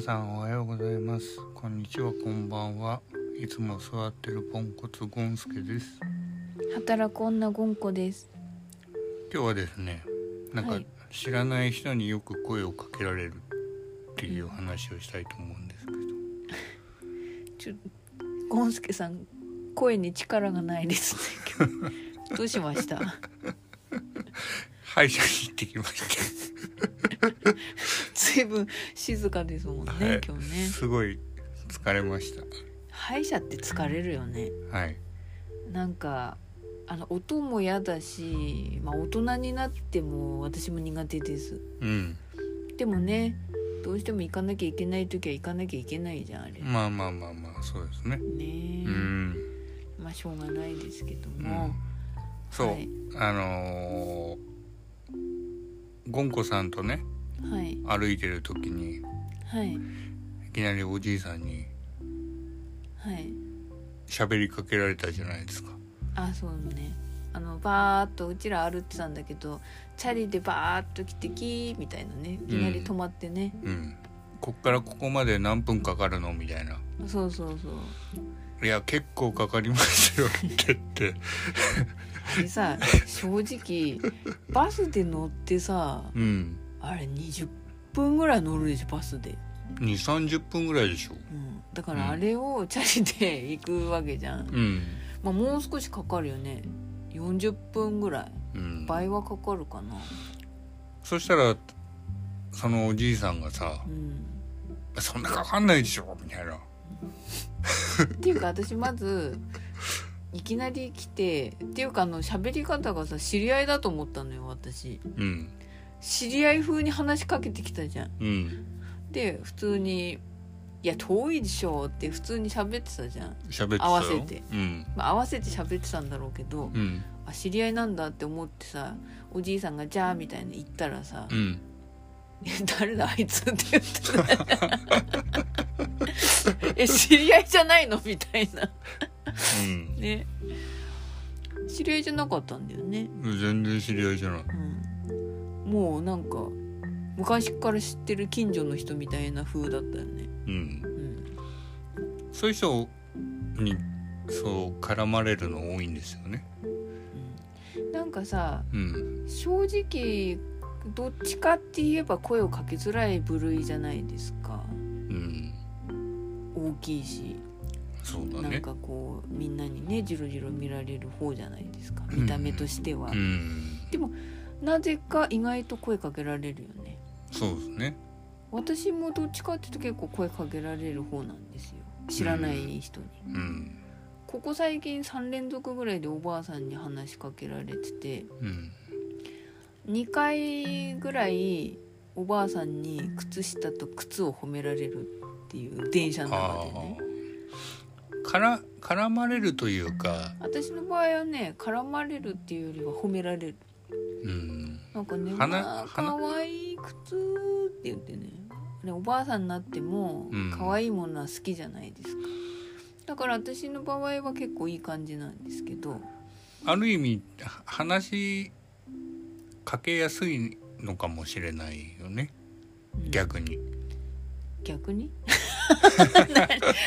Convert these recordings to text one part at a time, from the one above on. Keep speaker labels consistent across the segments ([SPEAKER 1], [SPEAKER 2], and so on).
[SPEAKER 1] さんおはようございますこんにちはこんばんはいつも座ってるポンコツゴンスケです
[SPEAKER 2] 働く女ゴンコです
[SPEAKER 1] 今日はですねなんか
[SPEAKER 2] はい
[SPEAKER 1] 知らない人によく声をかけられるっていう話をしたいと思うんですけど
[SPEAKER 2] ちょゴンスケさん声に力がないです ね今日どうしました
[SPEAKER 1] 歯医者に行ってきまし
[SPEAKER 2] ずいぶん静かです もんね、
[SPEAKER 1] た、はい
[SPEAKER 2] 今日ね
[SPEAKER 1] すごい疲れまし
[SPEAKER 2] 歯医者って疲れるよね
[SPEAKER 1] たはい
[SPEAKER 2] なんかあの音も嫌だし、まあ、大人になっても私も苦手です
[SPEAKER 1] うん
[SPEAKER 2] でもねどうしても行かなきゃいけない時は行かなきゃいけないじゃんあれ、ね
[SPEAKER 1] まあまあまあまあそうですね
[SPEAKER 2] え
[SPEAKER 1] うん
[SPEAKER 2] まあしょうがないですけど
[SPEAKER 1] う
[SPEAKER 2] も、
[SPEAKER 1] んそう、
[SPEAKER 2] はい
[SPEAKER 1] あのーゴンコさんとね
[SPEAKER 2] はい
[SPEAKER 1] 歩いてる時に
[SPEAKER 2] はい
[SPEAKER 1] いきなりおじいさんに
[SPEAKER 2] はい
[SPEAKER 1] 喋りかけられたじゃないですか
[SPEAKER 2] あそうねあのバーっとうちら歩ってたんだけどチャリでバーっと来てキーみたいなねいきなり止まってね、
[SPEAKER 1] うんこっからここまで何分かかるのみたいな
[SPEAKER 2] そうそうそ
[SPEAKER 1] 「
[SPEAKER 2] う
[SPEAKER 1] いや結構かかりますよ」って言って
[SPEAKER 2] あれさ 正直バスで乗ってさ
[SPEAKER 1] うん
[SPEAKER 2] あれ20分ぐらい乗るでしょバスで、
[SPEAKER 1] 2 3 0分ぐらいでしょ
[SPEAKER 2] うん、だか
[SPEAKER 1] うん
[SPEAKER 2] らあれをチャリで行くわけじゃん、
[SPEAKER 1] うん、
[SPEAKER 2] まあ、もう少しかかるよね40分ぐらい
[SPEAKER 1] うん、
[SPEAKER 2] 倍はかかるかな
[SPEAKER 1] そしたらそのおじいさんがさ
[SPEAKER 2] うん
[SPEAKER 1] 「そんなかかんないでしょ」みたいな
[SPEAKER 2] っていうか私まずいきなり来てっていうかあの喋り方がさ知り合いだと思ったのよ私
[SPEAKER 1] うん
[SPEAKER 2] 知り合い風に話しかけてきたじゃん
[SPEAKER 1] うん
[SPEAKER 2] で普通に「いや遠いでしょ」って普通に喋ってたじゃん、
[SPEAKER 1] 喋ってたよ
[SPEAKER 2] 合わせて
[SPEAKER 1] うん
[SPEAKER 2] まあ、合わせて喋ってたんだろうけど、
[SPEAKER 1] うん
[SPEAKER 2] あ知り合いなんだって思ってさおじいさんが「じゃあ」みたいに言ったらさ
[SPEAKER 1] う
[SPEAKER 2] 「
[SPEAKER 1] ん
[SPEAKER 2] いや誰だあいつ」って言ってた え知り合いじゃないの?」みたいな
[SPEAKER 1] うん
[SPEAKER 2] ね知り合いじゃなかったんだよね、
[SPEAKER 1] 全然知り合いじゃない
[SPEAKER 2] うん、もうなんか昔から知ってる近所の人みたいな風だったよね、
[SPEAKER 1] うん
[SPEAKER 2] うん、
[SPEAKER 1] そういう人にそう絡まれるの多いんですよね。
[SPEAKER 2] うんなんかさ
[SPEAKER 1] うん、
[SPEAKER 2] 正直どっちかって言えば声をかけづらい部類じゃないですか
[SPEAKER 1] うん、
[SPEAKER 2] 大きいし
[SPEAKER 1] そうだ
[SPEAKER 2] なん
[SPEAKER 1] ね。
[SPEAKER 2] かこうみんなにねジロジロ見られる方じゃないですか見た目としては、
[SPEAKER 1] うん、
[SPEAKER 2] なぜか意外と声かけられるよね
[SPEAKER 1] そうですね。
[SPEAKER 2] 私もどっちかっていうと結構声かけられる方なんですよ知らない人に、
[SPEAKER 1] うん、
[SPEAKER 2] ここ最近3連続ぐらいでおばあさんに話しかけられてて
[SPEAKER 1] うん、
[SPEAKER 2] 2回ぐらいおばあさんに靴下と靴を褒められるっていう電車の中
[SPEAKER 1] あ
[SPEAKER 2] でね
[SPEAKER 1] あ、から絡まれるというか、
[SPEAKER 2] 私の場合はね絡まれるっていうよりは褒められる
[SPEAKER 1] うん、
[SPEAKER 2] なんかね「
[SPEAKER 1] 鼻
[SPEAKER 2] わあか
[SPEAKER 1] 鼻
[SPEAKER 2] わいい靴」って言ってねねおばあさんになっても
[SPEAKER 1] うん
[SPEAKER 2] 可愛いものは好きじゃないですか、だから私の場合は結構いい感じなんですけど
[SPEAKER 1] ある意味は話しかけやすいのかもしれないよね。
[SPEAKER 2] うん
[SPEAKER 1] 逆に。
[SPEAKER 2] 逆に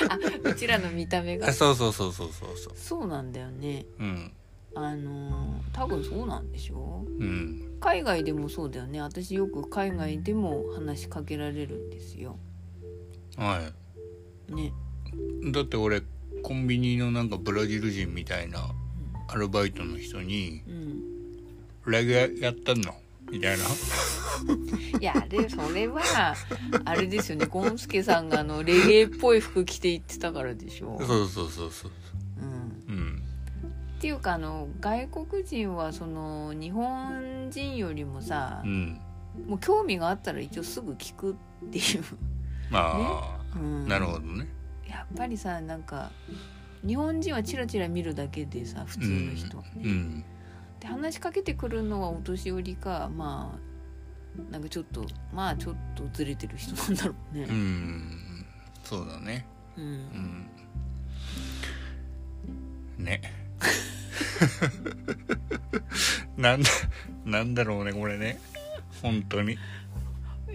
[SPEAKER 2] あうちらの見た目が
[SPEAKER 1] あ、そうそうそうそうそうそう。
[SPEAKER 2] そうなんだよね
[SPEAKER 1] うん、
[SPEAKER 2] あのー多分そうなんでしょ
[SPEAKER 1] うん、
[SPEAKER 2] 海外でもそうだよね私よく海外でも話しかけられるんですよ
[SPEAKER 1] はい。
[SPEAKER 2] ね、
[SPEAKER 1] だって俺コンビニのなんかブラジル人みたいなアルバイトの人に
[SPEAKER 2] うん、
[SPEAKER 1] 「レゲエやったの?」みたいな
[SPEAKER 2] うんいやでそれはあれですよねゴンスケさんがあのレゲエっぽい服着て行ってたからでしょ、
[SPEAKER 1] そうそうそうそう
[SPEAKER 2] うん、
[SPEAKER 1] うん
[SPEAKER 2] っていうかあの外国人はその日本人よりもさ
[SPEAKER 1] う、ん
[SPEAKER 2] もう興味があったら一応すぐ聞くっていう、
[SPEAKER 1] まあ、
[SPEAKER 2] うん、
[SPEAKER 1] なるほどね
[SPEAKER 2] やっぱりさなんか日本人はチラチラ見るだけでさ普通の人はね、
[SPEAKER 1] うん
[SPEAKER 2] で話しかけてくるのはお年寄りかまあなんかちょっとまあちょっとずれてる人なんだろ
[SPEAKER 1] う
[SPEAKER 2] うね、
[SPEAKER 1] んそうだね
[SPEAKER 2] うん
[SPEAKER 1] うんね なんだなんだろうねこれね本当に
[SPEAKER 2] い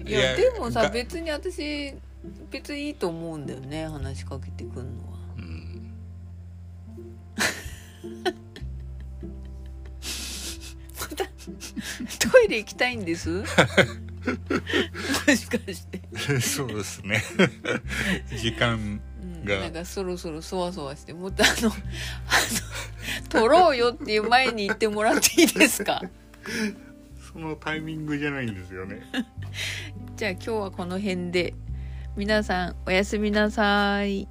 [SPEAKER 1] い
[SPEAKER 2] や
[SPEAKER 1] や
[SPEAKER 2] でもさ
[SPEAKER 1] が
[SPEAKER 2] 別に私別にいいと思うんだよね話しかけてくんのは
[SPEAKER 1] うん
[SPEAKER 2] トイレ行きたいんです もしかして、
[SPEAKER 1] そうですね 時間
[SPEAKER 2] うん、
[SPEAKER 1] が
[SPEAKER 2] なんかそろそろそわそわしてもっとあのあ の取ろうよっていう前に行ってもらっていいですか
[SPEAKER 1] そのタイミングじゃないんですよね
[SPEAKER 2] じゃあ今日はこの辺で皆さんおやすみなさい